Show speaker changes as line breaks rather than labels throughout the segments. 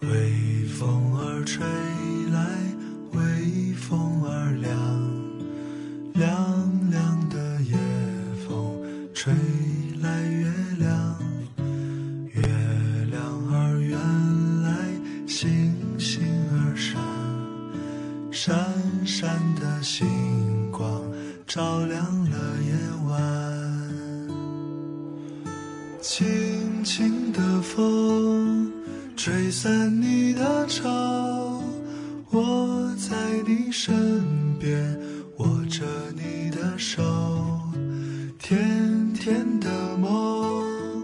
微风儿吹来，微风儿凉，凉凉的夜风吹来月亮，月亮儿圆来，星星儿闪，闪闪的星光照亮了夜晚。轻轻的风，吹散你的愁。我在你身边，握着你的手。甜甜的梦，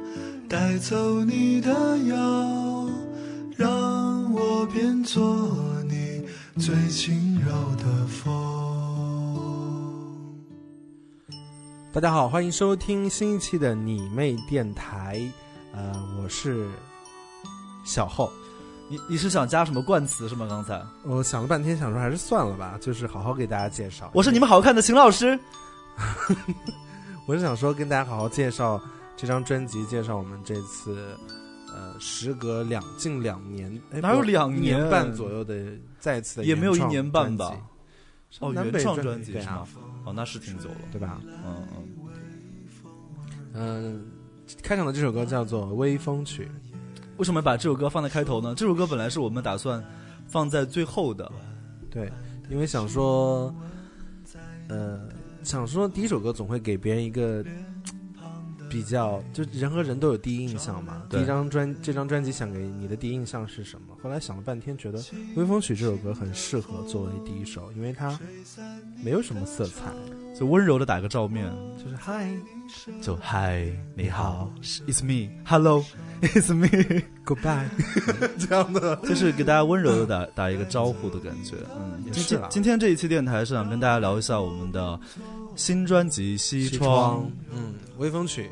带走你的忧，让我变作你最轻柔的风。
大家好，欢迎收听新一期的你妹电台，呃，我是小厚。
你你是想加什么冠词是吗？刚才
我想了半天，想说还是算了吧，就是好好给大家介绍。
我是你们好看的邢老师。
我是想说跟大家好好介绍这张专辑，介绍我们这次呃，时隔两近两年，哎
哪有
不
两
一年
年
半左右的再次的
也没有
原创
一年半吧
专辑？是
哦，
南
原
北
创
专
专辑
对
是
啊
吗？？哦，那是挺久了。
对吧？
嗯嗯，
嗯、开场的这首歌叫做《微风曲》，
为什么把这首歌放在开头呢？这首歌本来是我们打算放在最后的。
对，因为想说，呃，想说第一首歌总会给别人一个比较，就人和人都有第一印象嘛。第
对
一张专这张专辑想给你的第一印象是什么？后来想了半天，觉得《微风曲》这首歌很适合作为第一首，因为它没有什么色彩，
就温柔的打个照面，
就是嗨，
就嗨，你好，It's me，Hello，It's me，
goodbye 这样的。
就是给大家温柔的打打一个招呼的感觉。嗯，
也
今
是
今
啦
今天这一期电台是想跟大家聊一下我们的新专辑《西
西
窗》，，
嗯，微风曲，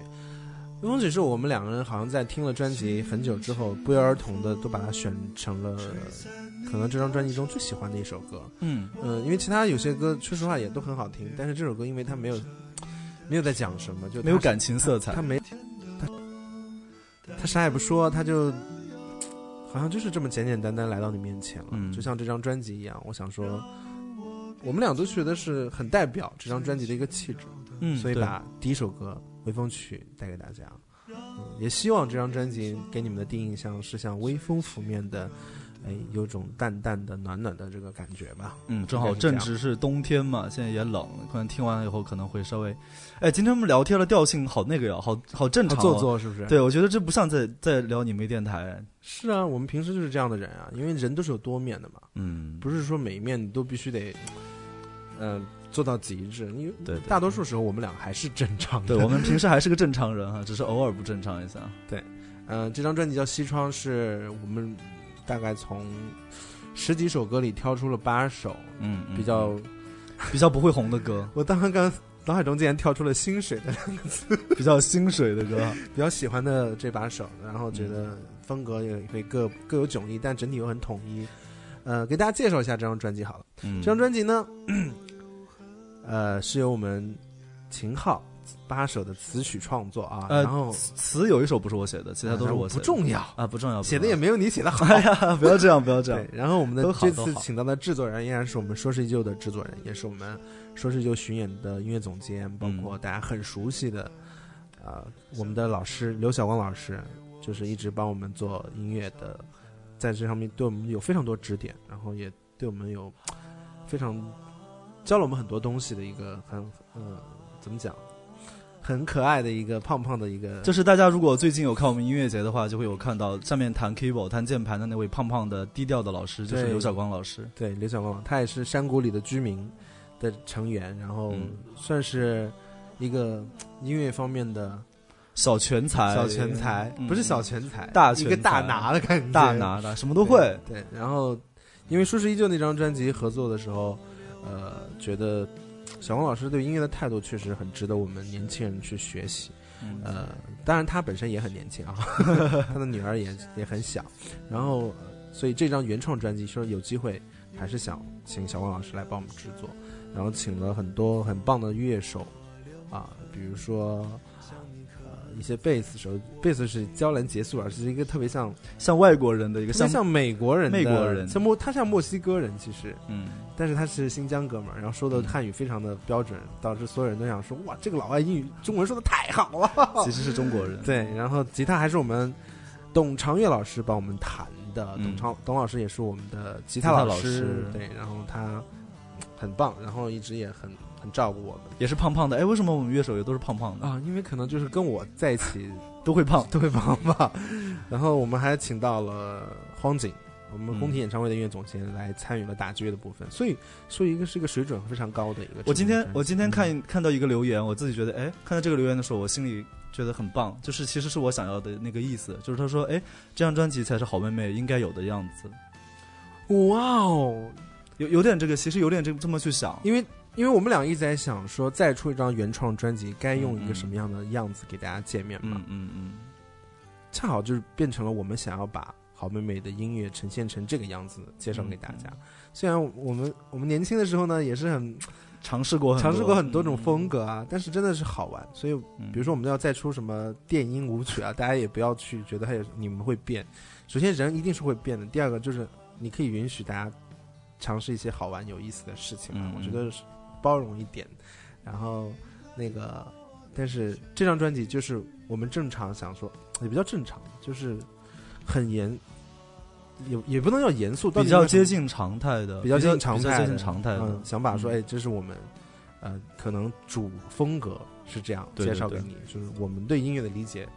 微风曲是我们两个人好像在听了专辑很久之后，不约而同的都把它选成了可能这张专辑中最喜欢的一首歌。
嗯，
嗯，因为其他有些歌说实话也都很好听，但是这首歌因为它没有没有在讲什么，就它
没有感情色彩
它。没它它啥也不说，它就好像就是这么简简单单来到你面前了，
嗯
就像这张专辑一样。我想说，我们俩都觉得是很代表这张专辑的一个气质。
嗯，
所以
对
把第一首歌《微风曲》带给大家。嗯，也希望这张专辑给你们的第一印象是像微风拂面的，哎，有种淡淡的、暖暖的这个感觉吧。
嗯，正好
应该是这
正
样
值是冬天嘛，现在也冷，可能听完以后可能会稍微，哎，今天我们聊天的调性好那个呀，好嗯好正
好
常、哦
做。作是不是？，
对，我觉得这不像在在聊你妹电台。
是啊，我们平时就是这样的人啊，因为人都是有多面的嘛，
嗯，
不是说每一面你都必须得，嗯、做到极致。因为
对对
大多数时候我们俩还是正常的。
对我们平时还是个正常人哈，只是偶尔不正常一下。
呃，这张专辑叫《西窗》，是我们大概从十几首歌里挑出了八首
嗯，嗯
比较。
比较不会红 的歌，
我刚刚刚脑海中竟然跳出了薪水的
比较心水的歌。
比较喜欢的这把手，然后觉得风格也会各各有迥异，但整体又很统一。呃，给大家介绍一下这张专辑好了。
嗯，
这张专辑呢， 呃，是由我们秦昊八首的词曲创作啊，
呃
然后呃
词有一首不是我写的，其他都是我写
不
的。
重要，
啊，不重要，
写的也没有你写的好。
哎呀，不要这样，不要这样
对。，然后我们的
都好
这
都
次
好
请到的制作人依然是我们说是依旧的制作人，也是我们说是依旧巡演的音乐总监，包
嗯
括大家很熟悉的，呃，我们的老师刘晓光老师，就是一直帮我们做音乐的，在这上面对我们有非常多指点，然后也对我们有非常教了我们很多东西的一个很呃怎么讲，很可爱的一个胖胖的一个，
就是大家如果最近有看我们音乐节的话，就会有看到上面弹 keyboard、弹键盘的那位胖胖的低调的老师，就是
对
刘晓光老师。
对，刘晓光，他也是山谷里的居民的成员，然后
嗯
算是一个音乐方面的
小全才，
小全才，
嗯
不是小全才，
大
一
全
个
才
大拿的感觉，
大拿的，什么都会。
对。对，然后因为《舒适依旧》那张专辑合作的时候，呃，觉得小光老师对音乐的态度确实很值得我们年轻人去学习。
嗯
呃，当然他本身也很年轻啊， 他的女儿也也很小，然后呃所以这张原创专辑说有机会还是想请小光老师来帮我们制作，然后请了很多很棒的乐手啊，比如说呃一些贝斯手，贝斯是娇兰结束，而是一个特别像
像外国人的一个
特别
像，
像美国人的，
美国人
像墨他像墨西哥人其实，
嗯，
但是他是新疆哥们儿，然后说的汉语非常的标准，导致所有人都想说哇，这个老外英语中文说的太好了。
其实是中国人，
对，然后吉他还是我们董长月老师帮我们弹的，
嗯
董长董老师也是我们的吉
吉他
老
老师
对，然后他很棒，然后一直也很很照顾我们。
也是胖胖的。哎，为什么我们乐手也都是胖胖的，
啊，因为可能就是跟我在一起
都会胖？
都会帮吧。然后我们还请到了荒井，我们工体演唱会的音乐总监来参与了打击乐的部分，所以所以一个是一个水准非常高的一个。嗯
我今天我今天看看到一个留言，我自己觉得，哎，看到这个留言的时候，我心里觉得很棒，就是其实是我想要的那个意思，就是他说，哎，这张专辑才是好妹妹应该有的样子，
哇哦，
有有点这个，其实有点这这么去想，
因为因为我们俩一直在想说，再出一张原创专辑该用一个什么样的样子给大家见面嘛，
嗯嗯嗯，
恰好就是变成了我们想要把。好妹妹的音乐呈现成这个样子，介绍给大家。
嗯
虽然我们我们年轻的时候呢，也是很
尝试过很多
尝试过很多种风格啊，但是真的是好玩。所以
嗯
比如说我们要再出什么电音舞曲啊，大家也不要去觉得它有哎你们会变。首先人一定是会变的，第二个就是你可以允许大家尝试一些好玩有意思的事情啊
嗯，嗯
我觉得是包容一点。然后那个，但是这张专辑就是我们正常想说，也不叫正常，就是很严，也也不能叫严肃，到底
比较
应该
接近常态的，
比
比
较接
接
近常态的
比较接近常态的
嗯，，想法说，
嗯
哎，这是我们，呃，可能主风格是这样
对对
介绍给你，就是我们对音乐的理解，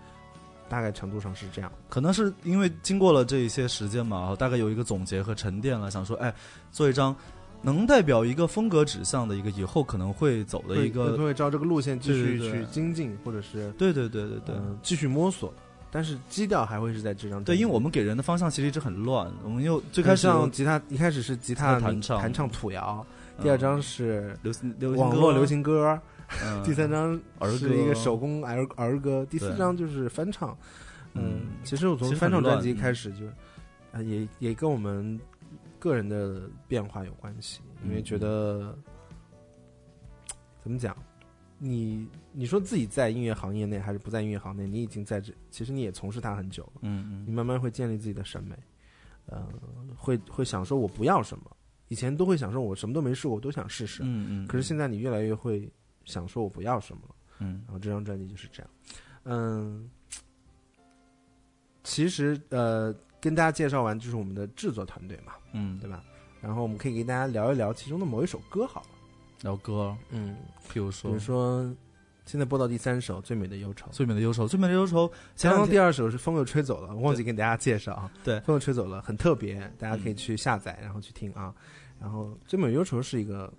大概程度上是这样。
可能是因为经过了这一些时间嘛，然后大概有一个总结和沉淀了，想说，哎，做一张能代表一个风格指向的一个以后可能会走的一
会
个，
会照这个路线继续
对对
去
对
精进，或者是
对对对对对。
呃继续摸索，但是基调还会是在这张专辑。
对，因为我们给人的方向其实一直很乱，我们又最
最
开
开
始
始
有
吉他一开始是吉他
吉他弹唱
弹唱土谣，第二张是
流行流行
网
歌
络流，行歌，
嗯
第三张
儿
是
歌
一个手工儿儿歌，第四
对
张就是翻唱。嗯
嗯，
其实我从
其实
翻
很
唱专
乱
辑
嗯
开始就，呃，也也跟我们个人的变化有关系，因为
嗯
觉得怎么讲，你你说自己在音乐行业内还是不在音乐行内，你已经在这，其实你也从事它很久了，
嗯
你
嗯
慢慢会建立自己的审美，呃，会会想说我不要什么，以前都会想说我什么都没试过，我都想试试，
嗯嗯，
可是现在你越来越会想说我不要什么了。
嗯
然后这张专辑就是这样。嗯，其实呃，跟大家介绍完就是我们的制作团队嘛，
嗯，
对吧？然后我们可以给大家聊一聊其中的某一首歌好了。
聊歌，
嗯，
譬如
比
说
如说现在播到第三首《最美的忧愁》，
最美的忧愁，最美的忧愁，前
刚
两
刚第
天
二首是《风又吹走了》，我忘记跟大家介绍啊。
对嗯
《风又吹走了》很特别，大家可以去下载然后去听啊。然后《最美的忧愁》是一个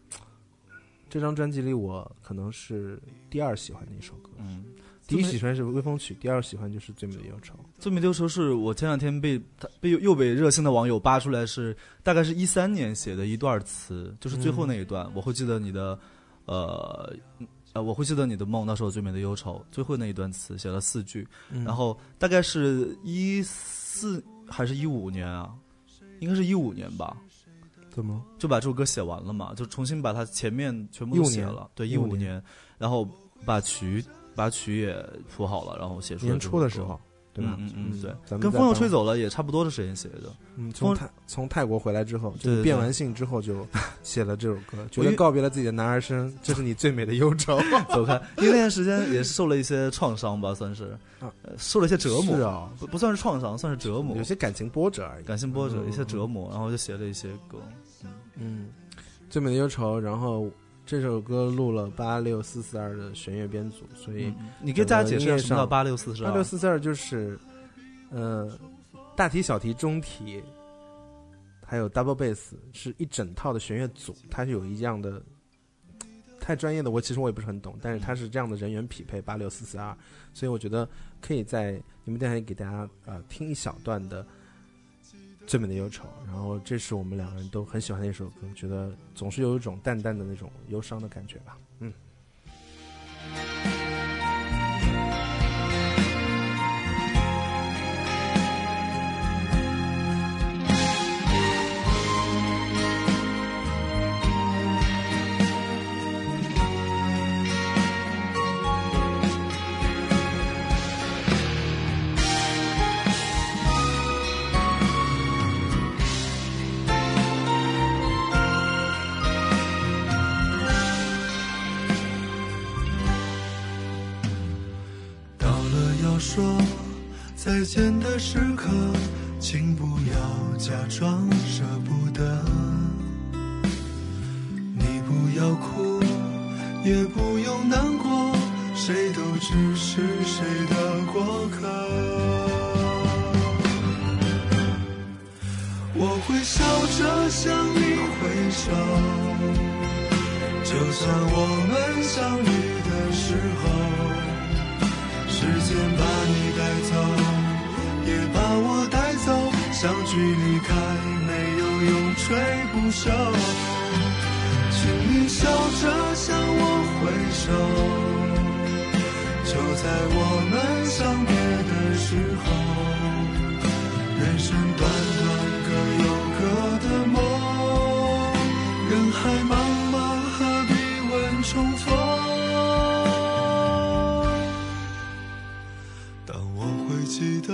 这张专辑里我可能是第二喜欢的一首歌。
嗯，
第一
最美
喜欢是《微风曲》，第二喜欢就是《最美的忧愁》。
最美的忧愁是我前两天被他被又被热心的网友扒出来是，大概是一三年写的一段词，就是最后那一段，我会记得你的，呃，呃，我会记得你的梦，那是我最美的忧愁，最后那一段词写了四句，
嗯
然后大概是一四还是一五年啊，应该是一五年吧，
怎么？
就把这首歌写完了嘛，就重新把它前面全部
15
都
年
写了，对，一
15
五
年
年，然后把曲把曲也谱好了，然后写出了
年
这
初
首
的时
歌
候，对吧？
嗯嗯嗯，
咱
对，
们
跟
在
风又
当
吹走了也差不多的时间写的。
嗯，从
风
泰从泰国回来之后，
对
就
对
变
对
完性之后 就写了这首歌，觉得
我因为
告别了自己的男儿身，这是你最美的忧愁。
走开，因为那段时间也是受了一些创伤吧，算是
啊，
呃受了一些 折磨
是，啊，
不不算是创伤，算是折磨
有，些感情波折而已。
感性波折，
嗯
一些折磨，然后就写了一些歌。
嗯，最美的忧愁，然后这首歌录了八六四四二的弦乐编组，所以
嗯，你给大家解释一下什么叫八六四十啊
八六四四二就是，呃，大题、小题、中题，还有 double bass 是一整套的弦乐组，它是有一样的，太专业的我其实我也不是很懂，但是它是这样的人员匹配八六四四二，所以我觉得可以在你们电台给大家呃听一小段的。最美的忧愁，然后这是我们两个人都很喜欢的一首歌，觉得总是有一种淡淡的那种忧伤的感觉吧。嗯，
我
时刻，请不要假装舍不得。你不要哭，也不用难过，谁都只是谁的过客。我会笑着向你挥手，就算我们相遇的时候。时间把你带走，也把我带走，相聚离开，没有永垂不朽。请你笑着向我挥手，就在我们相别的时候。人生短短各有各的梦，人海茫茫，何必问重逢？但我会记得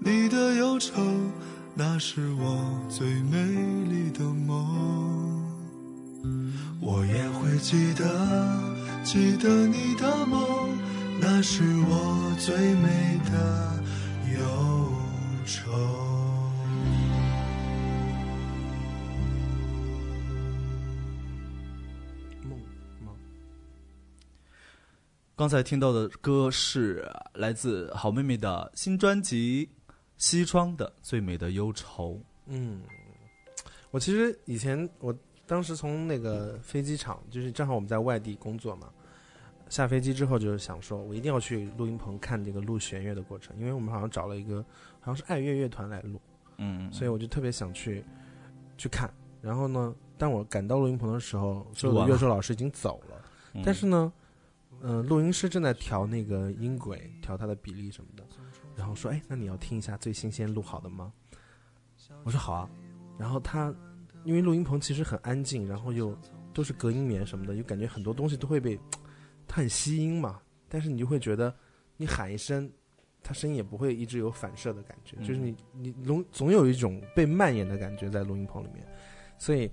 你的忧愁，那是我最美丽的梦。我也会记得，记得你的梦，那是我最美的忧愁。
梦梦，
刚才听到的歌是来自好妹妹的新专辑《西窗的最美的忧愁》。
嗯，我其实以前我当时从那个飞机场，就是正好我们在外地工作嘛，下飞机之后就是想说，我一定要去录音棚看这个录弦乐的过程，因为我们好像找了一个好像是爱乐乐团来录，
嗯，
所以我就特别想去去看。然后呢，当我赶到录音棚的时候，所有
录
的
完了
乐手老师已经走了，
嗯
但是呢，呃，录音师正在调那个音轨，调它的比例什么的，然后说：“哎，那你要听一下最新鲜录好的吗？”我说：“好啊。”然后他因为录音棚其实很安静，然后又都是隔音棉什么的，就感觉很多东西都会被它很吸音嘛，但是你就会觉得你喊一声。它声音也不会一直有反射的感觉，
嗯
就是你你总总有一种被蔓延的感觉在录音棚里面，所以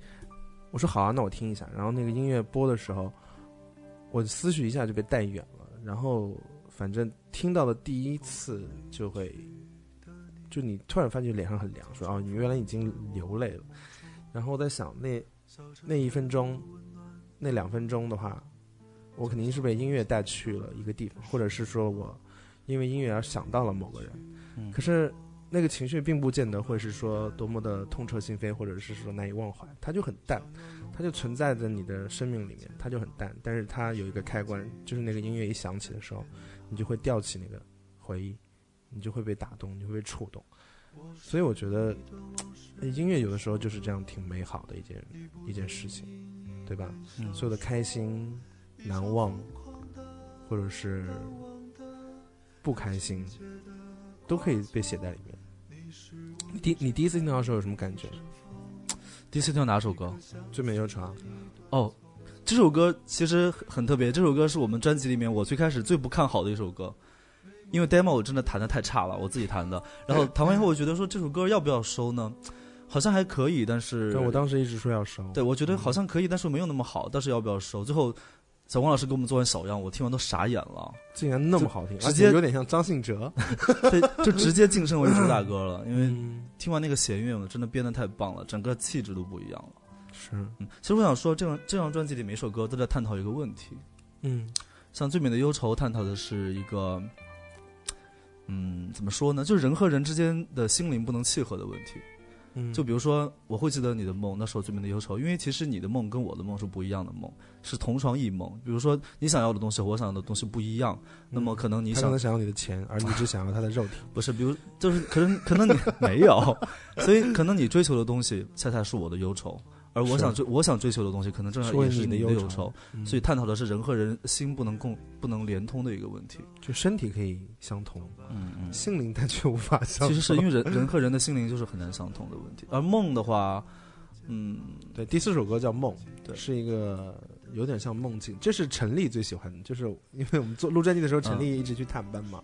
我说好啊，那我听一下。然后那个音乐播的时候，我思绪一下就被带远了。然后反正听到的第一次就会，就你突然发觉脸上很凉，说哦，你原来已经流泪了。然后我在想，那那一分钟，那两分钟的话，我肯定是被音乐带去了一个地方，或者是说我因为音乐而想到了某个人。
嗯
可是那个情绪并不见得会是说多么的痛彻心扉，或者是说难以忘怀，它就很淡，它就存在在你的生命里面，它就很淡。但是它有一个开关，就是那个音乐一响起的时候，你就会吊起那个回忆，你就会被打动，你会被触动。所以我觉得，呃音乐有的时候就是这样挺美好的一件一件事情，对吧？
嗯
所有的开心、难忘，或者是不开心，都可以被写在里面。你第你第一次听到的时候有什么感觉？
第一次听到哪首歌？
最美忧愁啊，
哦，这首歌其实很很特别，这首歌是我们专辑里面我最开始最不看好的一首歌，因为 demo 我真的弹的太差了，我自己弹的。然后弹完以后，我觉得说这首歌要不要收呢？好像还可以，但是
对我当时一直说要收，
对我觉得好像可以，但是没有那么好，但是要不要收？最后小光老师给我们做完小样，我听完都傻眼了，
竟然那么好听，
直
而
接
且有点像张信 哲。
对， 就直接晋升为主打歌了，因为
嗯，
听完那个弦乐，我真的编的太棒了，整个气质都不一样了。
是，
嗯，其实我想说，这张这张专辑里每首歌都在探讨一个问题，
嗯
像《最美的忧愁》探讨的是一个，嗯，怎么说呢？就是人和人之间的心灵不能契合的问题。
嗯，
就比如说，我会记得你的梦，那时候《最美的忧愁》，因为其实你的梦跟我的梦是不一样的梦，是同床异梦。比如说，你想要的东西和我想要的东西不一样，那么可能你
他可
想
能想要你的钱，而你只想要他的肉 体。
不是，比如就是可能 可能你没有，所以可能你追求的东西恰恰是我的忧愁，而我
是
想追我想追求的东西，可能正
是
好
为
也是
你的
你
忧
的忧
愁
愁。
嗯
所以探讨的是人和人心不能共不能连通的一个问题。
就身体可以相同，
嗯嗯。
心灵但却无法相同。
其实是因为人人和人的心灵就是很难相通的问题。而梦的话，嗯，
对，第四首歌叫《梦》，
对
是一个有点像梦境，这是陈丽最喜欢的，就是因为我们做录专辑的时候，陈丽一直去探班嘛。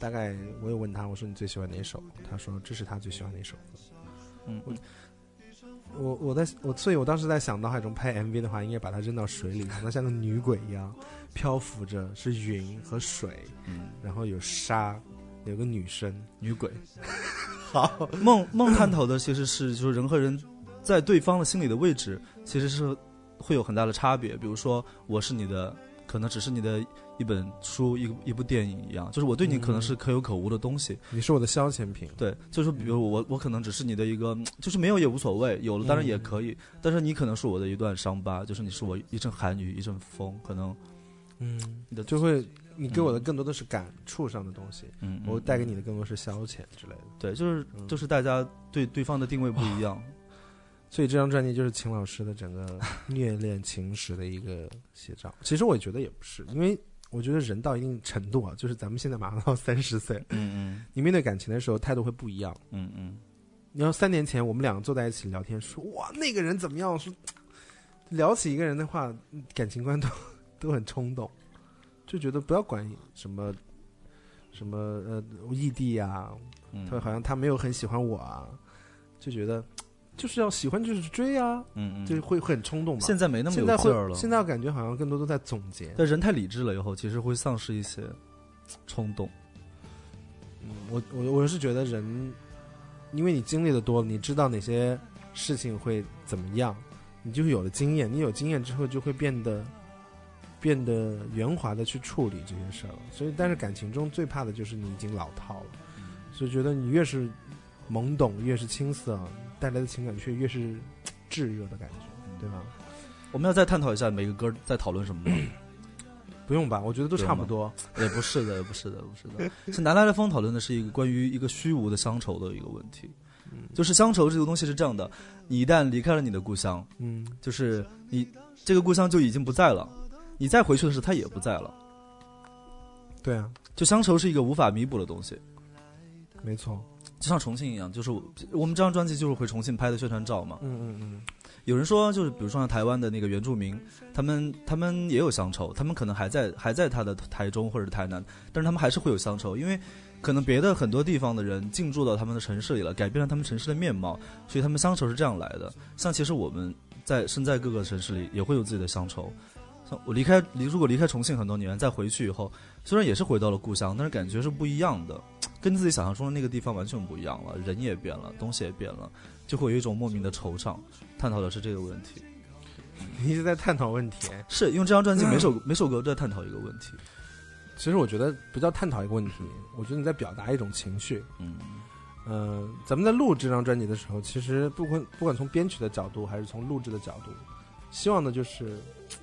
大概我也问他，我说你最喜欢哪首？他说这是他最喜欢的一首歌。
嗯嗯
我我在我，所以我当时在想，脑海中拍 MV 的话，应该把它扔到水里，让它像个女鬼一样漂浮着，是云和水，
嗯，
然后有沙，有个女生，
女鬼。
好，
梦梦探讨的其实是就是人和人在对方的心里的位置，其实是会有很大的差别。比如说，我是你的，可能只是你的一本书、一一部电影一样，就是我对你可能是可有可无的东西。
你是我的消遣品，
对，就是比如我我可能只是你的一个，就是没有也无所谓，有了当然也可以，但是你可能是我的一段伤疤，就是你是我一阵寒雨一阵风，可能
嗯
你的，
就会你给我的更多的是感触上的东西，
嗯，嗯
我带给你的更多是消遣之类的。
对，就是
嗯
就是大家对对方的定位不一样。
所以这张专辑就是秦老师的整个虐恋情史的一个写照。其实我觉得也不是，因为我觉得人到一定程度啊，就是咱们现在马上到 三十岁，
嗯
你面对感情的时候态度会不一样。
嗯嗯嗯，
你要三年前我们两个坐在一起聊天，说哇那个人怎么样，说聊起一个人的话，感情观都 都很冲动，就觉得不要管什么什么呃异地啊，
嗯
他好像他没有很喜欢我啊，就觉得就是要喜欢就是追啊，
嗯嗯，
就是会会很冲动嘛。
现在没那么
现
有
在
劲儿
会，
了
现在感觉好像更多都在总结。
但人太理智了以后，其实会丧失一些冲动。
嗯我我我是觉得人，因为你经历的多了，你知道哪些事情会怎么样，你就有了经验。你有经验之后，就会变得变得圆滑的去处理这些事儿了。所以，但是感情中最怕的就是你已经老套了，
嗯
所以觉得你越是懵懂，越是青涩，带来的情感却越是炙热的感
嗯
觉，对吧？
我们要再探讨一下每个歌在讨论什 么吗？
不用吧，我觉得都差不多。
也不是的，也不是的，也不是的。是南来的风讨论的是一个关于一个虚无的乡愁的一个问题，
嗯
就是乡愁这个东西是这样的：你一旦离开了你的故乡，
嗯，
就是你这个故乡就已经不在了，你再回去的时候它也不在了。
对啊，
就乡愁是一个无法弥补的东西，
没错。
就像重庆一样，就是我我们这张专辑就是回重庆拍的宣传照嘛。
嗯嗯嗯。
有人说，就是比如说像台湾的那个原住民，他们他们也有乡愁，他们可能还在还在他的台中或者台南，但是他们还是会有乡愁，因为可能别的很多地方的人进驻到他们的城市里了，改变了他们城市的面貌，所以他们乡愁是这样来的。像其实我们在身在各个城市里，也会有自己的乡愁。像我离开离如果离开重庆很多年，再回去以后，虽然也是回到了故乡，但是感觉是不一样的，跟自己想象中的那个地方完全不一样了，人也变了，东西也变了，就会有一种莫名的惆怅。探讨的是这个问题，
你一直在探讨问题。
是用这张专辑每首、每首歌都在探讨一个问题。
其实我觉得不叫探讨一个问题，我觉得你在表达一种情绪。
嗯
嗯、咱们在录这张专辑的时候，其实不管不管从编曲的角度还是从录制的角度，希望的就是嘖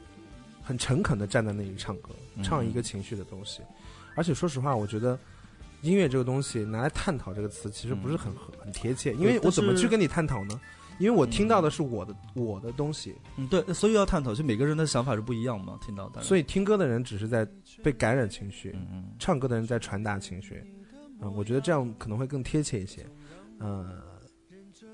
很诚恳的站在那里唱歌，
嗯
唱一个情绪的东西。而且说实话，我觉得音乐这个东西拿来探讨这个词，其实不是很合、很贴切，因为
嗯对
我怎么
但是
去跟你探讨呢？因为我听到的是我的、我的东西，
嗯，对，所以要探讨，就每个人的想法是不一样嘛。听到大家，
所
以
以听歌的人只是在被感染情绪，
嗯嗯
唱歌的人在传达情绪，啊、我觉得这样可能会更贴切一些。呃，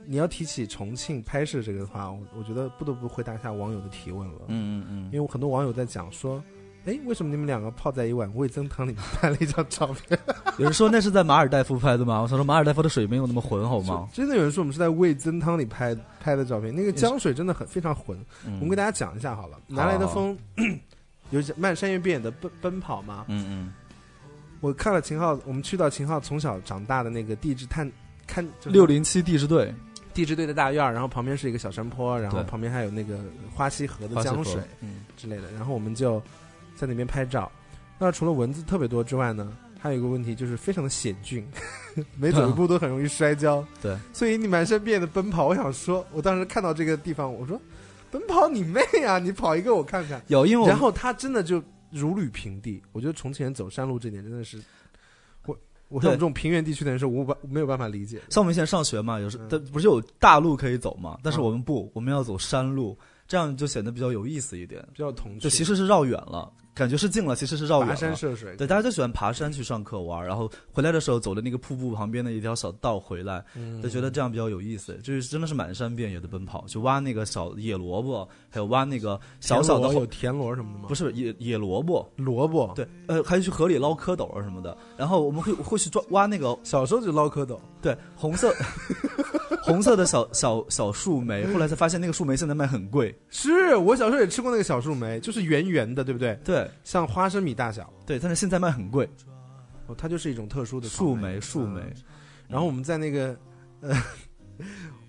你要提起重庆拍摄这个的话，我我觉得不得不回答一下网友的提问了，
嗯嗯
因为
嗯，
我很多网友在讲说，哎，为什么你们两个泡在一碗味增汤里面拍了一张照片？
有人说那是在马尔代夫拍的嘛？我想说马尔代夫的水没有那么嗯浑，好吗？
真的有人说我们是在味增汤里拍拍的照片，那个江水真的很非常浑。
嗯
我们给大家讲一下好了，南来的风。 有漫山越遍野的奔奔跑吗？
嗯嗯，
我看了秦昊，我们去到秦昊从小长大的那个地质探看就是
六零七地质队，
地质队的大院儿，然后旁边是一个小山坡，然后
对
旁边还有那个花溪河的江水，
嗯
之类的。然后我们就在那边拍照。那除了文字特别多之外呢，还有一个问题就是非常的险 峻， 每走一步都很容易摔跤。
对，
所以你满身遍的奔跑。我想说，我当时看到这个地方，我说奔跑你妹啊！你跑一个我看看。
有，因为我
然后他真的就如履平地。我觉得重庆人走山路这点真的是，我我像我们这种平原地区的人是无法没有办法理解的。
像我们以前上学嘛，有时
嗯
但不是有大路可以走嘛？但是
嗯
我们不，我们要走山路，这样就显得比较有意思一点。
比较童趣，
就其实是绕远了，感觉是近了，其实是绕远
跋
了。
山涉水，
对，大家就喜欢爬山去上课玩儿，然后回来的时候走的那个瀑布旁边的一条小道回来，
嗯
就觉得这样比较有意思。就是真的是满山遍野的奔跑，去挖那个小野萝卜，还有挖那个小小的
田螺有
红，
田螺什么的吗？
不是野野萝卜，
萝卜，，
对，呃，还去河里捞蝌蚪啊什么的。然后我们会会去抓挖那个
小时候就捞蝌蚪，
对红色 红色的小小小树莓，后来才发现那个树莓现在卖很贵。
是我小时候也吃过那个小树莓，就是圆圆的，对不对？
对
像花生米大小，
对，但是现在卖很贵。
哦它就是一种特殊的
树
草
莓，树莓
嗯，然后我们在那个， 呃，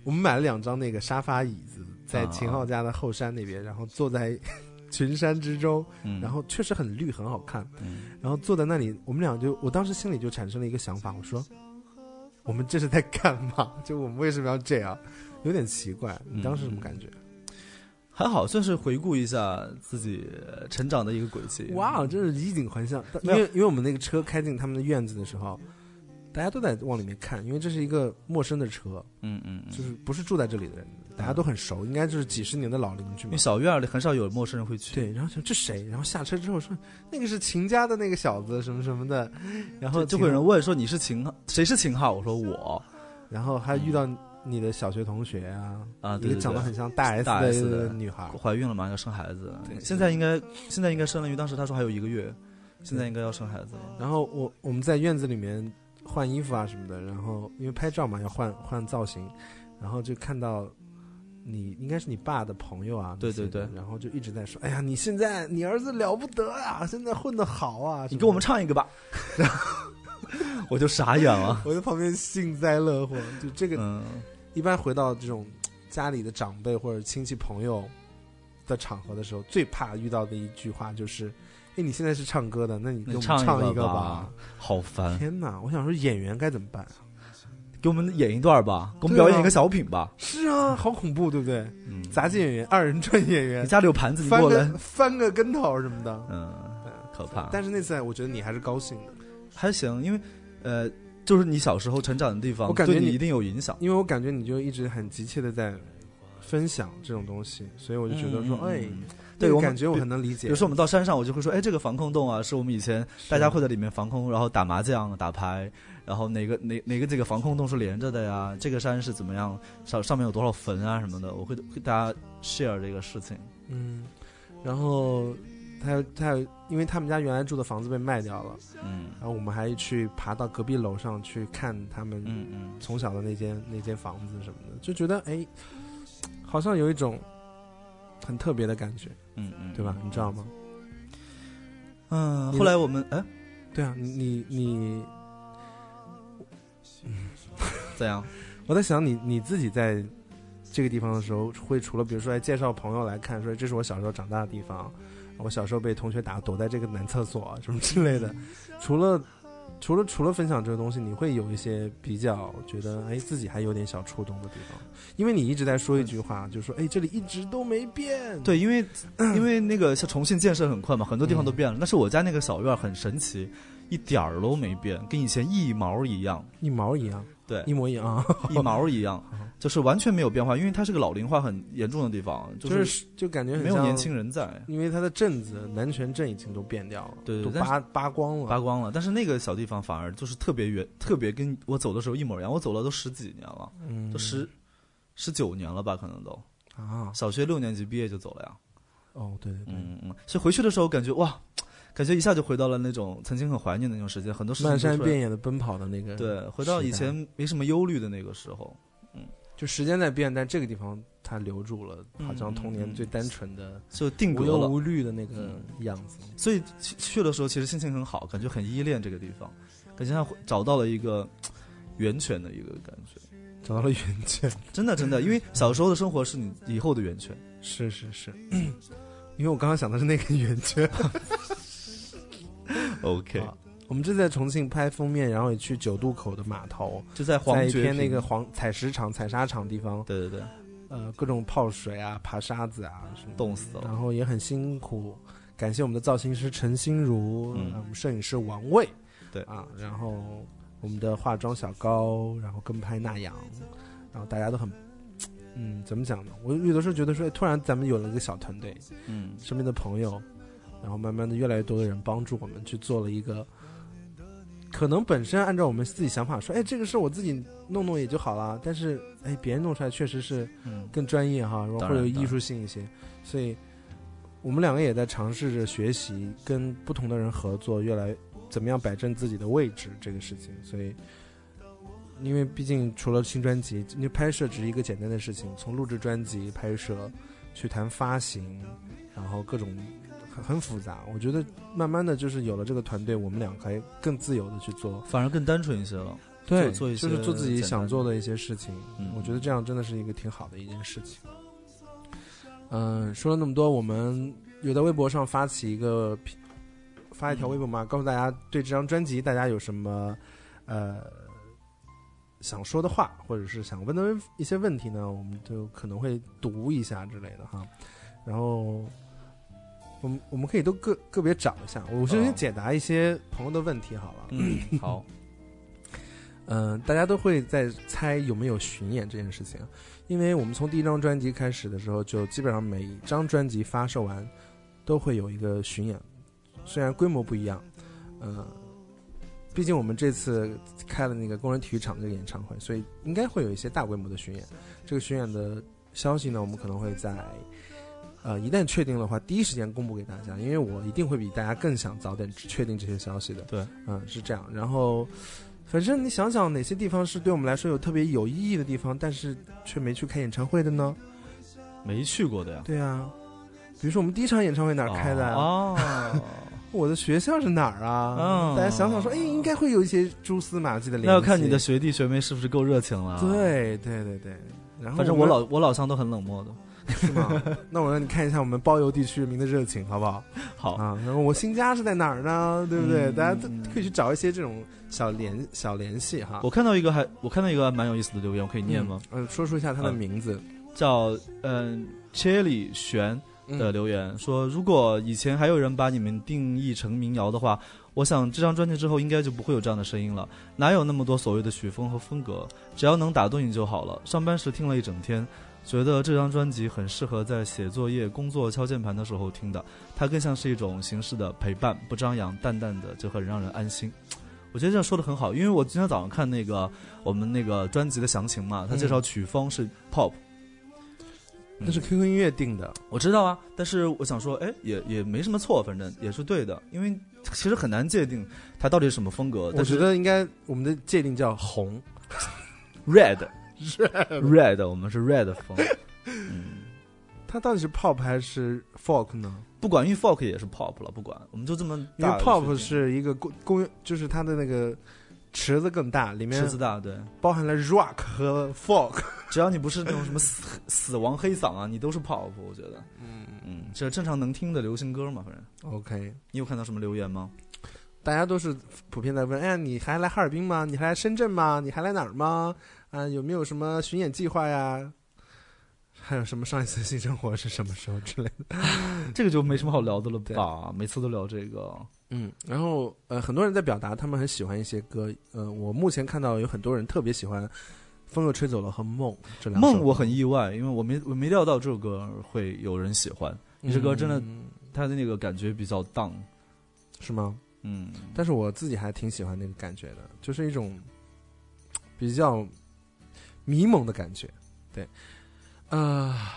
我们买了两张那个沙发椅子，在秦昊家的后山那边，然后坐在 群山之中，
嗯，
然后确实很绿，很好看。
嗯
然后坐在那里，我们俩就，我当时心里就产生了一个想法，我说，我们这是在干嘛？ 就我们为什么要这样？有点奇怪。
嗯
你当时什么感觉？
还好，算是回顾一下自己成长的一个轨迹。
哇，哦真是衣锦还乡！因
没有
为因为我们那个车开进他们的院子的时候，大家都在往里面看，因为这是一个陌生的车，
嗯嗯，嗯
就是不是住在这里的人，大家都很熟，应该就是几十年的老邻居
因
嘛
为。小院儿里很少有陌生人会去。
对，然后想这谁？然后下车之后说那个是秦家的那个小子什么什么的，然后
就就
秦
会有人，问说你是秦昊，谁是秦昊？我说我
然后还遇到你的小学同学啊，
嗯啊，
一
对
个
对
长得
对，
很像大 S
大 S
的
的
女孩，
怀孕了嘛，要生孩子
对。
现在应该现在应该生了，因为当时他说还有一个月，现在应该要生孩子了。
然后我我们在院子里面换衣服啊什么的，然后因为拍照嘛要换换造型，然后就看到你应该是你爸的朋友啊，
对
那些
对对
人然后就一直在说，哎呀，你现在你儿子了不得啊，现在混得好啊，
你给我们
什
唱一个吧，然后 我就傻眼了
么。 的，我在旁边幸灾乐祸，就这个、
嗯，
一般回到这种家里的长辈或者亲戚朋友的场合的时候，最怕遇到的一句话就是，哎，你现在是唱歌的，那你给我
你
们
唱
唱一
个
个
吧， 好烦，
天哪！我想说演员该怎么办 啊？
给我们演一段吧，给我们
对啊
表演一个小品吧。
是啊，好恐怖，对不对？
嗯，
杂技演员、二人转演
你
员，
家里有盘子，你给
啊翻
我来。
个翻个跟头什么的。
嗯，可怕。
但是那次我觉得你还是高兴的，
还行，因为呃，就是你小时候成长的地方，
我感觉
对
你
一定有影响。
因为我感觉你就一直很急切的在分享这种东西，所以我
我
就觉得说，哎，
嗯
这
对
个
我们
感觉我很能理解。
比如说我们到山上，我就会说，哎，这个防空洞啊，是我们以前大家会在里面防空，然后打麻将、打牌，然后哪个哪哪个这个防空洞是连着的呀？这个山是怎么样？上上面有多少坟啊什么的？我会会大家 share 这个事情。
嗯，然后他他因为他们家原来住的房子被卖掉了，
嗯
然后我们还去爬到隔壁楼上去看他们
嗯嗯，
从小的那间那间房子什么的，就觉得哎，好像有一种很特别的感觉，
嗯嗯，
对吧？你知道吗？
嗯，
你
后来我们哎
对啊，你你你，
怎样？
我在想你你自己在这个地方的时候，会除了比如说哎介绍朋友来看，说这是我小时候长大的地方，我小时候被同学打，躲在这个男厕所啊什么之类的，除了。除了除了分享这个东西，你会有一些比较觉得哎自己还有点小触动的地方，因为你一直在说一句话，就说哎这里一直都没变。
对，因为 因为那个像重庆建设很快嘛，很多地方都
嗯
变了。但是我家那个小院儿很神奇，一点儿都没变，跟以前一毛一样，
一毛一样，
对
一模一样，啊
一毛一样，
嗯
就是完全没有变化。因为它是个老龄化很严重的地方，
就是是就感觉很
没有
像
年轻，人在
因为他的镇子南泉镇已经都变掉了，
对对
都
但是
扒扒光了，
扒光了。但是那个小地方反而就是特别远，特别跟我走的时候一模一样。我走了都十几年了，
嗯
都十十九年了吧，可能都
啊，
小学六年级毕业就走了呀。
哦，对对对，
嗯，嗯，所以回去的时候感觉哇，感觉一下就回到了那种曾经很怀念的那种时间，很多事情
漫
都出来
山遍野的奔跑的那个，，
对，回到
时
以
代
前没什么忧虑的那个时候。
就时间在变，但这个地方它留住了，
嗯
好像童年最单纯的、
就定
无
格
忧
了，
无虑的那个样子。
所以去去的时候其实心情很好，感觉很依恋这个地方，感觉像找到了一个嘖源泉的一个感觉。
找到了源泉，
真的真的，因为小时候的生活是你以后的源泉。
是是是， 因为我刚刚想的是那个源 泉。
OK，
好我们这次在重庆拍封面，然后也去九渡口的码头，
就在
在
黄
一
觉
片
坪
那个，黄采石场、采砂场地方，
对对对，
呃，各种泡水啊、爬沙子啊什么的，
冻死
然
了。
后也很辛苦。感谢我们的造型师陈心如，
嗯
呃我们摄影师王卫，
对
啊，然后我们的化妆小高，然后跟拍那阳，然后大家都很，嗯，怎么讲呢？我有的时候觉得说，哎突然咱们有了一个小团队，
嗯，
身边的朋友，然后慢慢的越来越多的人帮助我们去做了一个，可能本身按照我们自己想法说，哎，这个事儿我自己弄弄也就好了，但是哎，别人弄出来确实是
嗯，
更专业哈，然后
当然
或者有艺术性一些，所以我们两个也在尝试着学习，跟不同的人合作，越来怎么样摆正自己的位置这个事情。所以，因为毕竟除了新专辑，因为拍摄只是一个简单的事情，从录制专辑、拍摄去谈发行，然后各种很很复杂。我觉得慢慢的就是有了这个团队，我们俩可以更自由的去做，
反而更单纯一些了。
对，
做一些
就是做自己
简单
想
的
做的一些事情。
嗯
我觉得这样真的是一个挺好的一件事情。嗯、说了那么多，我们有在微博上发起一个评发
嗯
一条微博嘛，告诉大家对这张专辑大家有什么呃想说的话，或者是想问的一些问题呢，我们就可能会读一下之类的哈。然后。我们我们可以都个个别找一下，我先
哦
解答一些朋友的问题好了。
嗯，好，
嗯、大家都会在猜有没有巡演这件事情，因为我们从第一张专辑开始的时候，就基本上每一张专辑发售完都会有一个巡演，虽然规模不一样，嗯、毕竟我们这次开了那个工人体育场这个演唱会，所以应该会有一些大规模的巡演。这个巡演的消息呢，我们可能会在。呃，一旦确定的话，第一时间公布给大家，因为我一定会比大家更想早点确定这些消息的。
对，
嗯，是这样。然后，反正你想想哪些地方是对我们来说有特别有意义的地方，但是却没去开演唱会的呢？
没去过的呀，
对啊，比如说我们第一场演唱会哪儿开的啊？
哦， 哦
我的学校是哪儿啊？
嗯
大家想想说，哎，应该会有一些蛛丝马迹的联系。
那要看你的学弟学妹是不是够热情了。，啊
对对对对。然后
反正我
们
老我老乡都很冷漠的。
是 吗？那我让你看一下我们包邮地区人民的热情，好不好？
好，
啊，然后我新家是在哪儿呢？对不对？
嗯
大家都可以去找一些这种小联小联系哈。
我看到一个还我看到一个还蛮有意思的留言，我可以念吗？
嗯？呃，说出一下他的
嗯
名字。
叫嗯 Cherry 玄
嗯
的留言说，如果以前还有人把你们定义成民谣的话，我想这张专辑之后应该就不会有这样的声音了。哪有那么多所谓的曲风和风格？只要能打动你就好了。上班时听了一整天。觉得这张专辑很适合在写作业、工作、敲键盘的时候听的，它更像是一种形式的陪伴，不张扬，淡淡的就很让人安心。 我觉得这样说的很好，因为我今天早上看那个我们那个专辑的详情嘛，他介绍曲风是 pop，
那是 QQ 音乐定的，
我知道啊，但是我想说，哎，也也没什么错，反正也是对的，因为其实很难界定它到底是什么风格。
我
但
觉
是
得应该我们的界定叫红。
red red，我们是 red 风，嗯，
它到底是 pop 还是 folk 呢？
不管，因为 folk 也是 pop 了，不管，我们就这么
因
大
为
的
pop
水
是一个公公，就是它的那个池子更大，里
平
面
狮子大，对，
包含了 rock 和 folk。
只要你不是那种什么死死亡黑嗓啊，你都是 pop，我觉得，
嗯
嗯，这正常能听的流行歌嘛，反正。
，OK，
你有看到什么留言吗？
大家都是普遍在问，哎呀，你还来哈尔滨吗？你还来深圳吗？你还来哪儿吗？啊，有没有什么巡演计划呀？还有什么上一次性生活是什么时候之类的？
这个就没什么好聊的了吧？啊每次都聊这个，
嗯，然后呃，很多人在表达他们很喜欢一些歌，呃，我目前看到有很多人特别喜欢《风又吹走了》和《梦》这两首
梦我很意外，因为我没我没料到这首歌会有人喜欢，
嗯
这歌真的它的那个感觉比较荡，
是吗？
嗯，
但是我自己还挺喜欢那个感觉的，就是一种比较迷蒙的感觉。对，啊、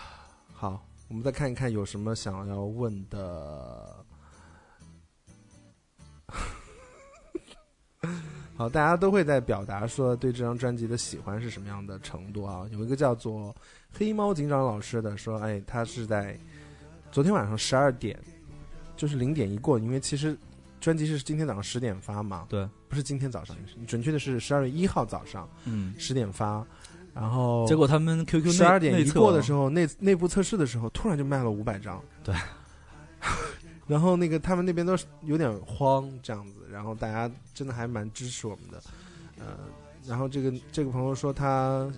好，我们再看一看有什么想要问的。 好，大家都会在表达说对这张专辑的喜欢是什么样的程度啊？有一个叫做黑猫警长老师的说，哎，他是在昨天晚上十二点，就是零点一过，因为其实专辑是今天早上十点发嘛，
对，
不是今天早上，准确的是十二月一号早上
嗯，
十点发，然后
结果他们 QQ 内啊
十二点一过的时
候，
候，内内部测试的时候，突然就卖了五百张，
对。
然后那个他们那边都是有点慌这样子，然后大家真的还蛮支持我们的，呃，然后这个这个朋友说他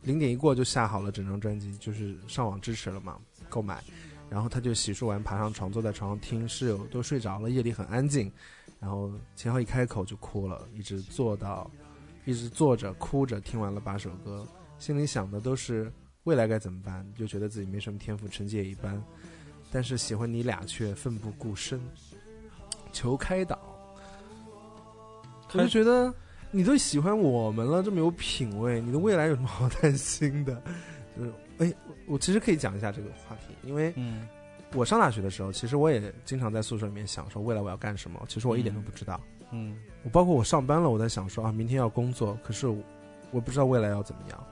零点一过就下好了整张专辑，就是上网支持了嘛，购买，然后他就洗漱完爬上床，坐在床上听，室友都睡着了，夜里很安静，然后秦昊一开口就哭了，一直坐到一直坐着哭着听完了八首歌，心里想的都是未来该怎么办，就觉得自己没什么天赋，成绩也一般，但是喜欢你俩却奋不顾身，求开导。我就
开
觉得你都喜欢我们了，这么有品位，你的未来有什么好担心的？就是，哎，我我其实可以讲一下这个话题，因为
嗯，
我上大学的时候，其实我也经常在宿舍里面想说未来我要干什么，其实我一点都不知道。
嗯，
我包括我上班了，我在想说啊，明天要工作，可是我我不知道未来要怎么样。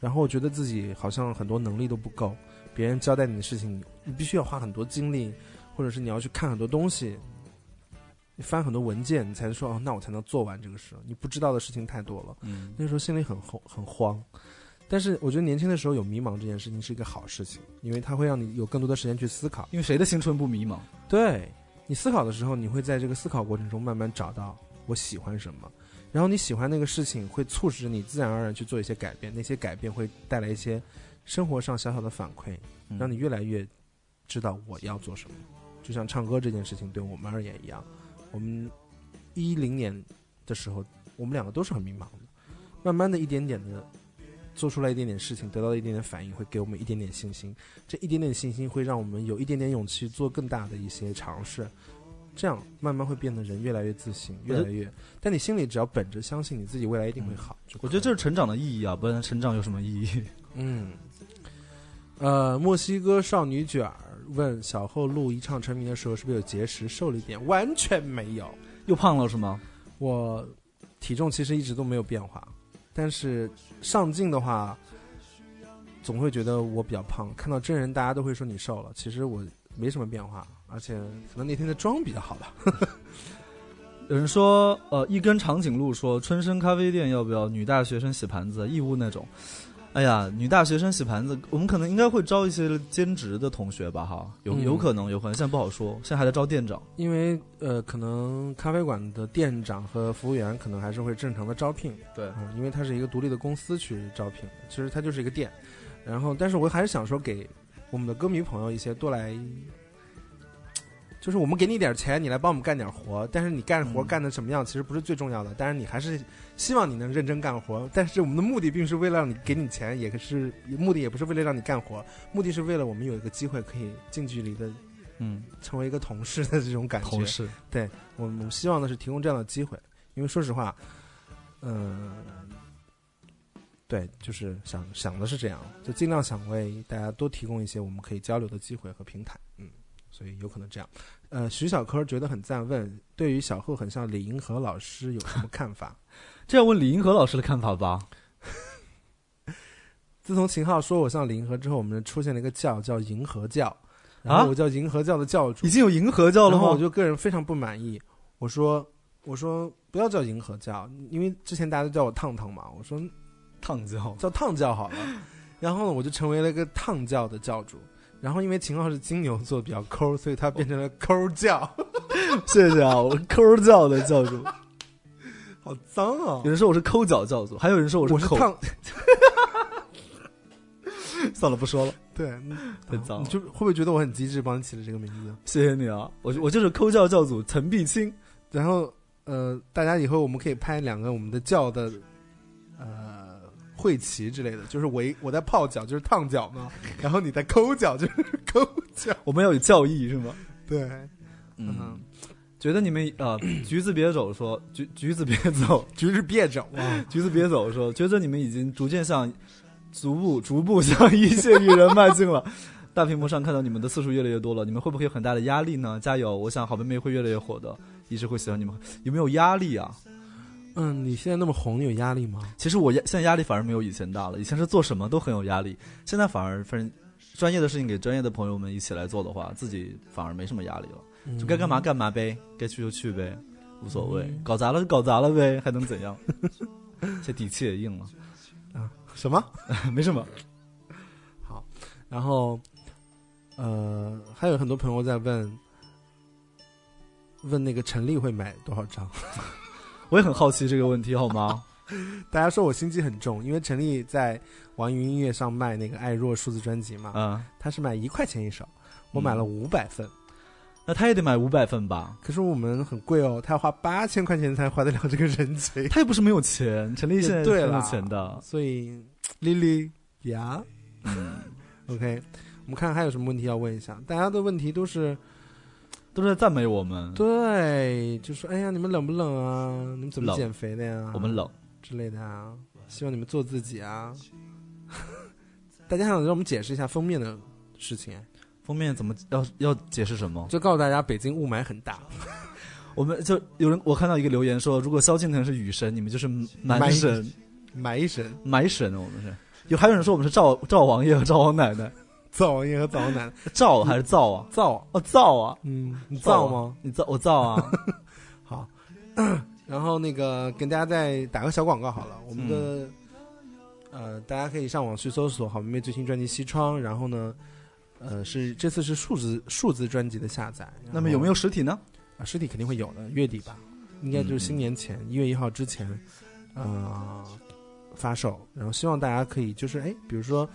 然后觉得自己好像很多能力都不够，别人交代你的事情，你必须要花很多精力，或者是你要去看很多东西，你翻很多文件，你才说哦，那我才能做完这个事。你不知道的事情太多了，
嗯
那时候心里很慌，很慌。但是我觉得年轻的时候有迷茫这件事情是一个好事情，因为它会让你有更多的时间去思考。
因为谁的青春不迷茫？
对你思考的时候，你会在这个思考过程中慢慢找到我喜欢什么，然后你喜欢那个事情会促使你自然而然去做一些改变，那些改变会带来一些生活上小小的反馈，
嗯
让你越来越知道我要做什么。就像唱歌这件事情对我们而言一样，我们一零年的时候，我们两个都是很迷茫的，慢慢的一点点的。做出来一点点事情，得到了一点点反应，会给我们一点点信心。这一点点信心会让我们有一点点勇气做更大的一些尝试，这样慢慢会变得人越来越自信，
我觉
越
得
来越。但你心里只要本着相信你自己未来一定会好，就可以
我觉得这是成长的意义啊，不然成长有什么意义？
嗯，呃，墨西哥少女卷儿问小后路一唱成名的时候是不是有节食瘦了一点？完全没有，
又胖了是吗？
我体重其实一直都没有变化，但是上镜的话，总会觉得我比较胖。看到真人，大家都会说你瘦了，其实我没什么变化，而且可能那天的妆比较好吧。
有人说，呃，一根长颈鹿说，春生咖啡店要不要女大学生洗盘子，义乌那种？哎呀，女大学生洗盘子，我们可能应该会招一些兼职的同学吧，哈，有
嗯
有可能，有可能，现在不好说，现在还在招店长。
因为呃，可能咖啡馆的店长和服务员可能还是会正常的招聘，
对
嗯，因为它是一个独立的公司去招聘的，其实它就是一个店。然后，但是我还是想说给我们的歌迷朋友一些多来，就是我们给你点钱，你来帮我们干点活，但是你干活
嗯
干的什么样，其实不是最重要的。但是你还是希望你能认真干活，但是我们的目的并不是为了让你给你钱，也是目的也不是为了让你干活，目的是为了我们有一个机会可以近距离的
嗯，
成为一个同事的这种感觉。
同事，
我们希望的是提供这样的机会，因为说实话，嗯、对，就是想想的是这样，就尽量想为大家多提供一些我们可以交流的机会和平台，嗯，所以有可能这样。呃，徐小科觉得很赞问，对于小贺很像李银河老师有什么看法？
这要问李银河老师的看法吧。
自从秦昊说我像李银河之后，我们出现了一个教叫银河教，然
啊
后我叫银河教的教主，
已经有银河教了
然
吗？
后我就个人非常不满意，我说我说不要叫银河教，因为之前大家都叫我烫烫嘛，我说
烫教，
叫烫教 好了。然后呢，我就成为了一个烫教的教主。然后因为秦昊是金牛座比较抠，所以他变成了抠教，
谢谢啊，我抠教的教主。
好脏啊
有！人说我是抠脚教主，还有人说
我
是
是
抠。
烫，
算了，不说了，
对，
太脏
你
了。
就会不会觉得我很机智，帮你起了这个名字？
谢谢你啊，我我就是抠教教主陈碧清。
然后呃，大家以后我们可以拍两个我们的教的呃会旗之类的，就是我一我在泡脚就是烫脚 嘛，然后你在抠脚就是抠 脚，
我们要有教义是吗？
对，
嗯，觉得你们 啊、橘子别走说橘 橘子别走，
橘子别走啊，
橘子别走说，觉得你们已经逐渐向逐步逐步向一线艺人迈进了。 大屏幕上看到你们的次数越来越多了，你们会不会有很大的压力呢？加油！我想好妹妹会越来越火的，一直会喜欢你们。有没有压力啊？
嗯，你现在那么红，你有压力吗？
其实我压现在压力反而没有以前大了，以前是做什么都很有压力，现在反而反正专业的事情给专业的朋友们一起来做的话，自己反而没什么压力了。就嗯该干嘛干嘛呗，该去就去呗，无所谓，搞砸了就搞砸了呗，还能怎 样？这底气也硬了，
什么？
没什么。
然后，呃，还有很多朋友在问，问那个陈丽会买多少张？
我也很好奇这个问题，好吗？
大家说我心机很重，因为陈丽在网易云音乐上卖那个艾若数字专辑嘛，
嗯，
她是卖一块钱一首，我买了五百份，
那他也得买五百份吧？
可是我们很贵哦，她要花八千块钱才花得了这个人 情，
他又不是没有钱，陈立现在
也对
是没有
啦
钱的。
所以丽丽呀
嗯，
，OK，我们看还有什么问题要问一下？大家的问题都是
都是在赞美我们，
对，就说哎呀，你们冷不冷啊？你们怎么
冷
减肥的呀？
我们冷。
之类的啊，希望你们做自己啊。 大家想让我们解释一下封面的事情，啊
封面怎么要要解释什么？
就告诉大家北京雾霾很大，
我们就有人我看到一个留言说，如果萧敬腾是雨神，你们就是蛮
蛮
神
霾神。
蛮神，我们是有还有人说我们是赵赵王爷和赵王奶奶，
灶王爷和灶王奶奶，
赵还是灶啊？
灶，
哦，灶啊，
嗯，你灶
灶
吗？
你灶我灶啊，
好，然后那个跟大家再打个小广告好了，我们的、呃，大家可以上网去搜索好妹妹最新专辑《西窗》，然后呢，呃，是这次是数字数字专辑的下载，
那么有没
有、
有实体呢？
啊、实体肯定会有的，月底吧，应该就是新年
嗯
前一、月一号之前，呃，发售，然后希望大家可以就是哎，比如说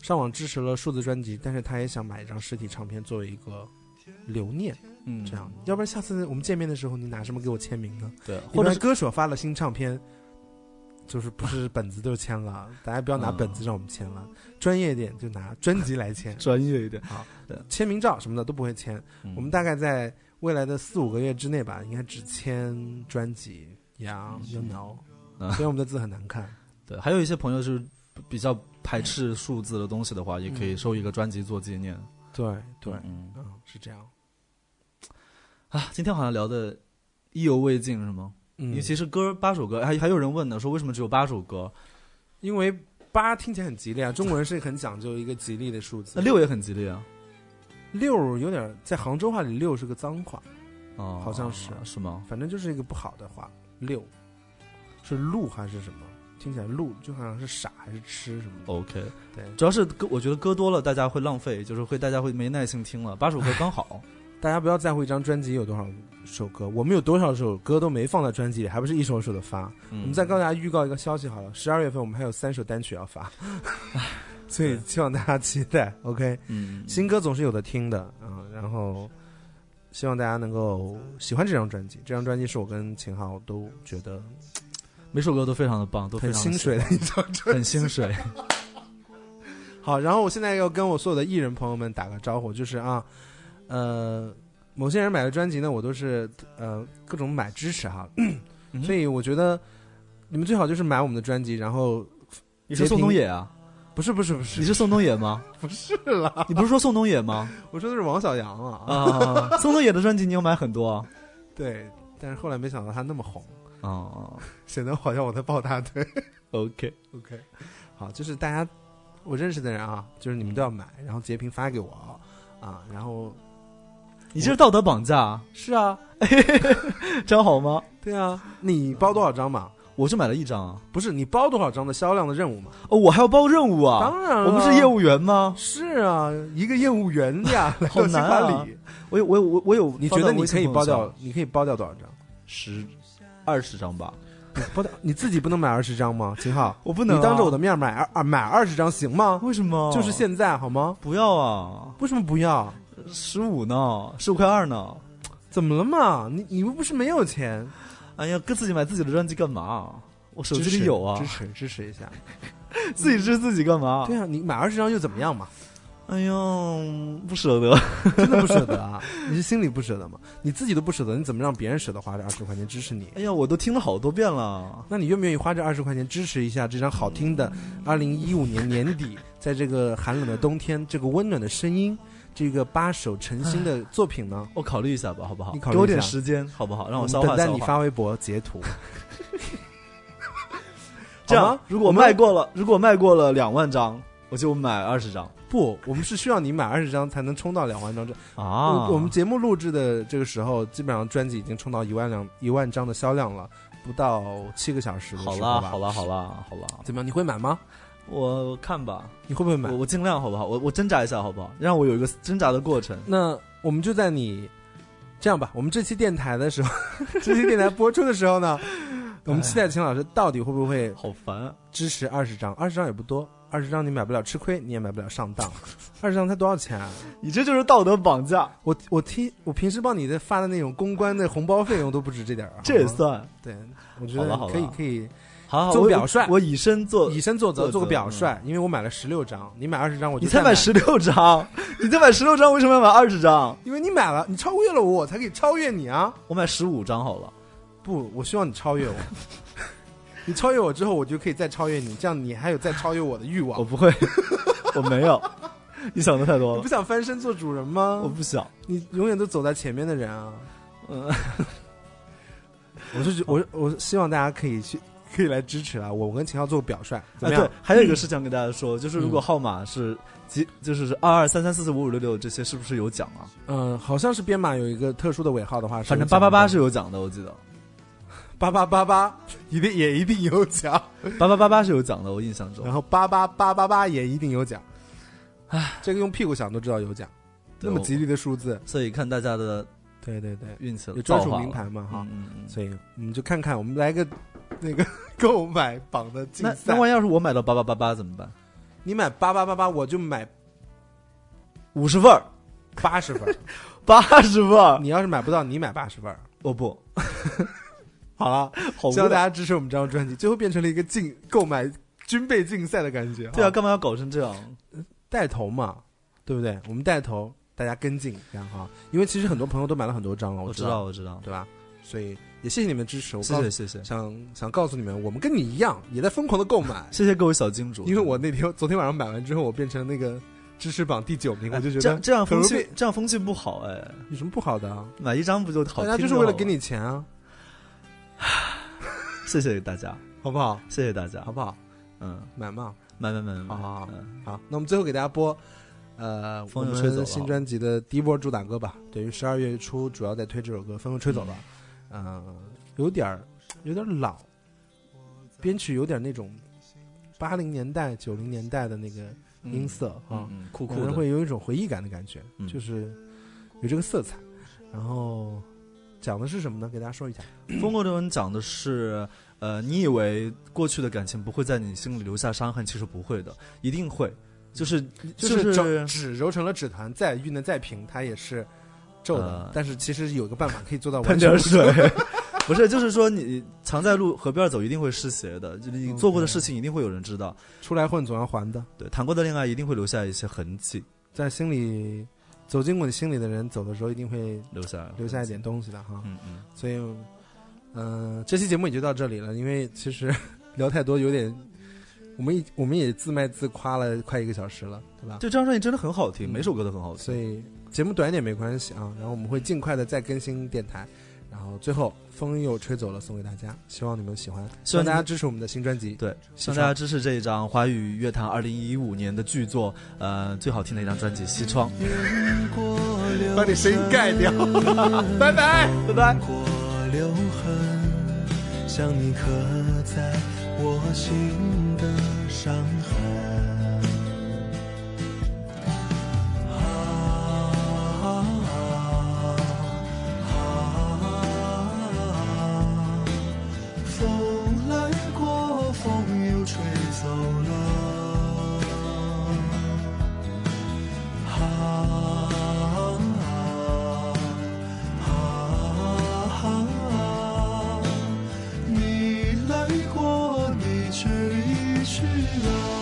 上网支持了数字专辑，但是他也想买一张实体唱片作为一个留念。
嗯，
这样，要不然下次我们见面的时候，你拿什么给我签名呢？
对，
或
或
者
者
是
是，
歌手发了新唱片，就是不是本子都签了，大家不要拿本子让我们签了，专业一点就拿专辑来签
专业一点，
签名照什么的都不会签。
嗯
我们大概在未来的四五个月之内吧，应该只签专辑。呀，you know，
嗯
虽然我们的字很难看，
对，还有一些朋友是比较排斥数字的东西的话，也可以收一个专辑做纪念。
对对，
嗯
嗯，是这样。
啊，今天好像聊的意犹未尽，是吗？
嗯
尤其是歌八首歌，还还有人问呢，说为什么只有八首歌？
因为八听起来很吉利啊，中国人是很讲究一个吉利的数字。
那六也很吉利啊，
六有点在杭州话里，六是个脏话。
哦，
好像是
是吗？
反正就是一个不好的话。六是鹿还是什么？听起来鹿就好像是傻还是吃什么的。
OK，
对，
主要是歌，我觉得歌多了，大家会浪费，就是会大家会没耐性听了。八首歌刚好，
大家不要在乎一张专辑有多少首歌，我们有多少首歌都没放在专辑里，还不是一首首的发。
嗯
我们再告诉大家预告一个消息好了，十二月份我们还有三首单曲要 发，所以希望大家期待。OK，
嗯，
新歌总是有的听的啊、然后希望大家能够喜欢这张专辑。这张专辑是我跟秦昊都觉得
每首歌都非常的棒，都非
很
常
心水的一张专辑。
很心 水。
好，然后我现在要跟我所有的艺人朋友们打个招呼，就是啊，呃，某些人买的专辑呢，我都是呃各种买支持哈，
嗯
所以我觉得你们最好就是买我们的专辑，然后
你是宋冬野啊？
不是不是不是
你是宋冬野吗？
不是啦，
你不是说宋冬野吗？
我说的是王小阳啊，啊
啊， 宋冬野的专辑你有买很多啊？
对，但是后来没想到他那么红，
哦
显得好像我在抱他腿。
，OK，
OK，好，就是大家我认识的人啊，就是你们都要买，然后截屏发给我啊啊，然后
你这是道德绑架啊，
是啊，
这样好吗？
对啊，你包多少张嘛？
我就买了一张啊，
不是你包多少张的销量的任务嘛？
哦，我还要包任务啊，
当然了，
我们是业务员吗？
是啊，一个业务员 呀，来
好
到新
难
华
啊
里。
我有，我有，我我有，
你觉得你可以包
放到微信朋友
掉
上？
你可以包掉多少张？
十、二十张吧？
你包掉你自己不能买二十张吗？秦昊，
我不能啊
你当着我的面买二啊买二十张行吗？
为什么？
就是现在好吗？
不要啊，
哦为什么不要？
十五呢，十五块二呢。
怎么了嘛？你你又不是没有钱，
哎呀，跟自己买自己的专辑干嘛？我手机
支
里
持
有啊
支，持支持一下。
自己支自己干嘛？
对啊，你买二十张又怎么样嘛？
哎呦，不舍得。
真的不舍得啊？ 你是心里不舍得吗？你自己都不舍得，你怎么让别人舍得花这二十块钱支持你？
哎呀，我都听了好多遍了。
那你愿不愿意花这二十块钱支持一下这张好听的二零一五年年底，在这个寒冷的冬天，这个温暖的声音，这个八首诚心的作品呢？
我考虑一下吧，好不好？
你考虑
给
一
我
下
点时间，好不好？让
我
消
们
化
等待
消
你
化
发微博截图。
这
好
样
吗，
如果
我们
卖过了，如果卖过了两万张，我就买二十张
不，我们是需要你买二十张才能冲到两万张这。
啊
我我们节目录制的这个时候，基本上专辑已经冲到一万两一万张的销量了，不到七个小时的时
好
候
啦，
吧
好啦，好啦，好啦，
怎么样？你会买吗？
我看吧，
你会不会买
我？我尽量好不好？我我挣扎一下好不好？让我有一个挣扎的过程。
那我们就在你这样吧，我们这期电台的 时候，这期电台播出的时候呢，我们期待秦老师到底会不会
好烦啊，
支持二十张？二十张也不多，二十张你买不了吃亏，你也买不了上 当。二十张才多少钱啊？
你这就是道德绑架，
我我听我平时帮你的发的那种公关的红包费用都不止这点儿啊，
这也
好吗
算
对，我觉
好
得
了好了
可以可以
好好
做
我
表率
我以身作，
以身作则，
作则嗯
做个表率，因为我买了十六张，你买二十张，我就
你才
再买
买，十六张，你才买十六张，为什么要买二十张？
因为你买了，你超越了我，我才可以超越你啊！
我买十五张好了。
不，我希望你超越我。 你超越我之后，我就可以再超越你，这样你还有再超越我的欲望。
我不会，我没 有，你想的太多
你
了
不，想翻身做主人
我
吗？
不啊想。
你永远都走在前面的人啊！
嗯，
我就觉我我希望大家可以去可以来支持啊！我跟秦昊做个表率，怎
啊，
么样？
对，还有一个事想跟大家说，就是如果号码是几，就是二二三三四四五五六六这些，是不是有奖啊？
嗯、好像是编码有一个特殊的尾号的话，
反正八八八是
有
有奖的，我记得
八八八八，一定也一定有奖。
八八八八是有奖的，我印象中
然。后八八八八八也一定有奖。唉，这个用屁股想都知道有奖，
对
那么
我
吉利的数字，
所以看大家的
对对对，
运气了，
有专属
造化
名
了
牌嘛哈
嗯，嗯嗯
所以我们就看看，我们来个那个 购买榜的竞
那
赛
那。万一要是我买到八八八八怎么办？
你买八八八八，我就买
五十份儿，
八十 分儿。
八十份儿，
你要是买不到，你买八十分儿。
哦不，
好了，
好无
希望大
聊。
家支持我们这张专辑，最后变成了一个竞购买军备竞赛的感觉。
对啊，
哈，
干嘛要搞成这样？
带头嘛，对不对？我们带头，大家跟进，这样哈。因为其实很多朋友都买了很多张了，
我知
知
道，，我知道。
对吧？所以也谢谢你们的支持。我
谢
告诉
谢，谢谢，。
想想告诉你们，我们跟你一样，也在疯狂的购买
谢谢各位小金主。
因为我那天昨天晚上买完之后，我变成那个支持榜第九名，我
哎
就觉
这
得
样这样
很
风
容
气
易
这样风气不好哎，
有什么不好的啊？
买一张不就好？哦
大家就是为了给，你钱啊，
谢谢大家，
好不好？
谢谢大家
好。不好？
嗯，
买嘛，
买买买买
好好好
买，嗯
好。那我们最后给大家播，呃，我
风又吹走了
们新专辑的第一波主打歌吧。对于十二月初主要在推这首歌《风又吹走了》，嗯，有点儿有点儿老，编曲有点那种八零年代、九零年代的那个音色啊。
嗯嗯，酷
可
酷
能
的。
会有一种回忆感的感觉，
嗯
就是有这个色彩。然后讲的是什么呢？给大家说一下。
风过留人讲的是，呃，你以为过去的感情不会在你心里留下伤痕，其实不会的，一定会。就是
就是
是
整纸揉成了纸团，再熨的再平，它也是皱的
呃。
但是其实有个办法可以做 到完
喷
全
点
不皱。
水，不是，就是说你常在路河边走，一定会湿鞋的。就是
嗯
你做过的事情，一定会有人知道。
出来混总要还的，
对，谈过的恋爱一定会留下一些痕迹，
在心里走进过你心里的人，走的时候一定会
留下
留下一点东西的哈。
嗯嗯，
所以，嗯、这期节目也就到这里了，因为其实 聊太多有点，我们一我们也自卖自夸了快一个小时了，对吧？
就这张专辑真的很好听，
嗯
每首歌都很好听。
所以节目短一点没关系啊。然后我们会尽快的再更新电台。然后最后风又吹走了，送给大家，希望你们喜欢，希
希
望
望你
大家
们
支持我们的新专辑。
对，希望大家支持这一张华语乐坛二零一五年的巨作，呃，最好听的一张专辑《西 窗》。
把你声音盖掉， 拜拜。
拜拜。
过留痕，想你刻在我心的伤痕。啊啊啊！风来过，风又吹走了。啊啊啊！你来过，你却离去了。